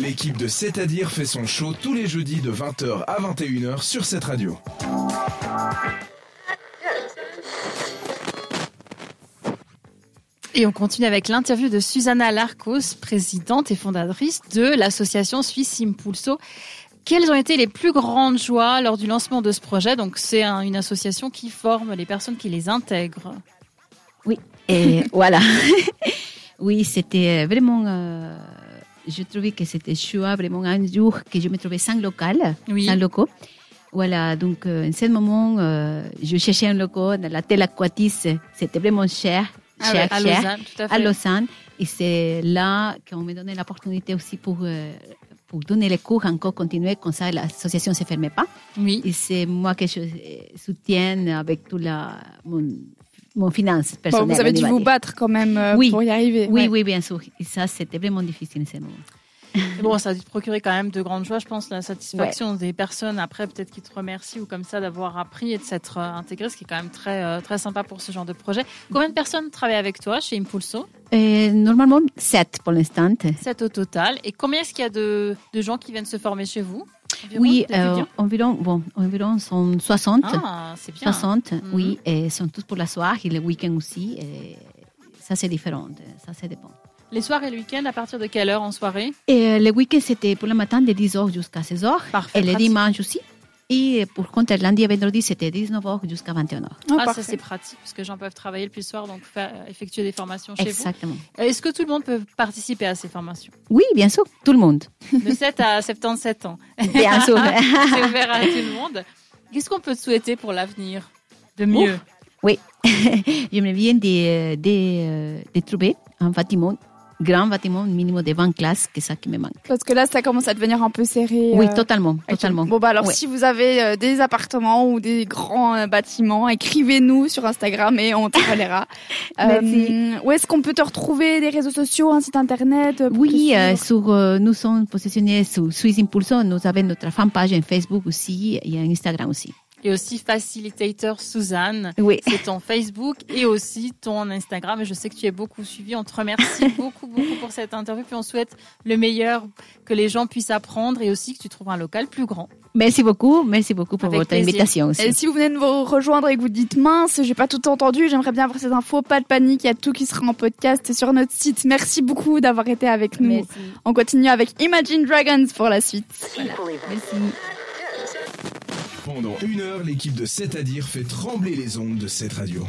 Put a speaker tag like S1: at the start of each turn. S1: L'équipe de C'est-à-dire fait son show tous les jeudis de 20h à 21h sur cette radio.
S2: Et on continue avec l'interview de Susanna Larcos, présidente et fondatrice de l'association Suisse Impulso. Quelles ont été les plus grandes joies lors du lancement de ce projet Donc, c'est un- une association qui forme les personnes qui les intègrent.
S3: Et voilà. oui, c'était vraiment. euh, je trouvais que c'était chouette, vraiment un jour que je me trouvais sans local,
S2: Oui.
S3: sans locaux. Voilà, donc euh, en ce moment, euh, je cherchais un local dans la telle aquatis. C'était vraiment cher,
S2: Ah
S3: cher,
S2: ouais, à
S3: cher
S2: Lausanne, tout à fait.
S3: à Lausanne. Et c'est là qu'on m'a donné l'opportunité aussi pour, euh, pour donner les cours encore, continuer, comme ça l'association ne se fermait pas.
S2: Oui.
S3: Et c'est moi que je euh, soutiens avec tout la, mon, mon finance
S4: Bon,
S3: personnelle.
S4: vous avez
S3: on
S4: dû
S3: va
S4: vous
S3: dire.
S4: battre quand même euh,
S3: Oui.
S4: pour y arriver.
S3: Oui,
S4: Ouais.
S3: oui, bien sûr. Et ça, c'était vraiment difficile, ces moments.
S2: Mais Bon, ça a dû te procurer quand même de grandes joies, je pense, la satisfaction des personnes après, peut-être qui te remercient ou comme ça d'avoir appris et de s'être euh, intégré, ce qui est quand même très, euh, très sympa pour ce genre de projet. Combien de personnes travaillent avec toi chez Impulso
S3: Euh, normalement, 7 pour l'instant.
S2: 7 au total. Et combien est-ce qu'il y a de, de gens qui viennent se former chez vous Environ,
S3: Oui,
S2: des
S3: euh,
S2: étudiants
S3: environ, bon, environ sont 60.
S2: Ah, c'est bien.
S3: 60,
S2: Mhm.
S3: oui, et sont tous pour la soirée et le week-end aussi. Et ça, c'est différent. Ça, ça dépend.
S2: Les soirs et le week-end, à partir de quelle heure en soirée
S3: Et euh, le week-end, c'était pour le matin de 10h jusqu'à 16h.
S2: Parfait.
S3: Et le
S2: pratique.
S3: dimanche aussi. Et pour contre, lundi et vendredi, c'était 19h jusqu'à 21h.
S4: Oh,
S2: Ah, ça
S4: parfait.
S2: c'est pratique, parce que les gens peuvent travailler depuis le soir, donc faire- euh, effectuer des formations chez
S3: Exactement.
S2: vous. Euh, Est-ce que tout le monde peut participer à ces formations
S3: Oui, bien sûr, tout le monde.
S2: De 7 à 77 ans.
S3: Bien sûr.
S2: C'est ouvert à tout le monde. Qu'est-ce qu'on peut te souhaiter pour l'avenir de mieux
S3: J'aimerais bien de, de, de trouver un bâtiment, grand bâtiment, minimum de 20 classes, c'est ça qui me manque.
S4: Parce que là, ça commence à devenir un peu serré.
S3: Oui,
S4: euh,
S3: totalement,
S4: avec-
S3: totalement.
S4: Bon, bah alors,
S3: Ouais.
S4: si vous avez euh, des appartements ou des grands euh, bâtiments, écrivez-nous sur Instagram et on te relaiera.
S3: Bah,
S4: Euh,
S3: Merci.
S4: où est-ce qu'on peut te retrouver Des réseaux sociaux, un site internet euh, pour te
S3: Oui,
S4: suivre
S3: euh, sur, euh, nous sommes positionnés sur Suisse Impulsion. Nous avons notre fanpage en Facebook aussi et en Instagram aussi.
S2: Et aussi Facilitator Suzanne.
S3: Oui.
S2: C'est ton Facebook et aussi ton Instagram. Et je sais que tu es beaucoup suivi. On te remercie beaucoup, beaucoup pour cette interview. Puis on souhaite le meilleur que les gens puissent apprendre et aussi que tu trouves un local plus grand.
S3: Merci beaucoup, merci beaucoup pour
S2: Avec
S3: votre
S2: plaisir.
S3: invitation aussi.
S4: Et si vous venez de vous rejoindre et que vous dites mince, j'ai pas tout entendu, j'aimerais bien avoir ces infos, pas de panique, il y a tout qui sera en podcast sur notre site. Merci beaucoup d'avoir été avec nous. On continue avec Imagine Dragons pour la suite.
S3: Merci.
S1: Pendant une heure, l'équipe de C'est-à-dire fait trembler les ondes de cette radio.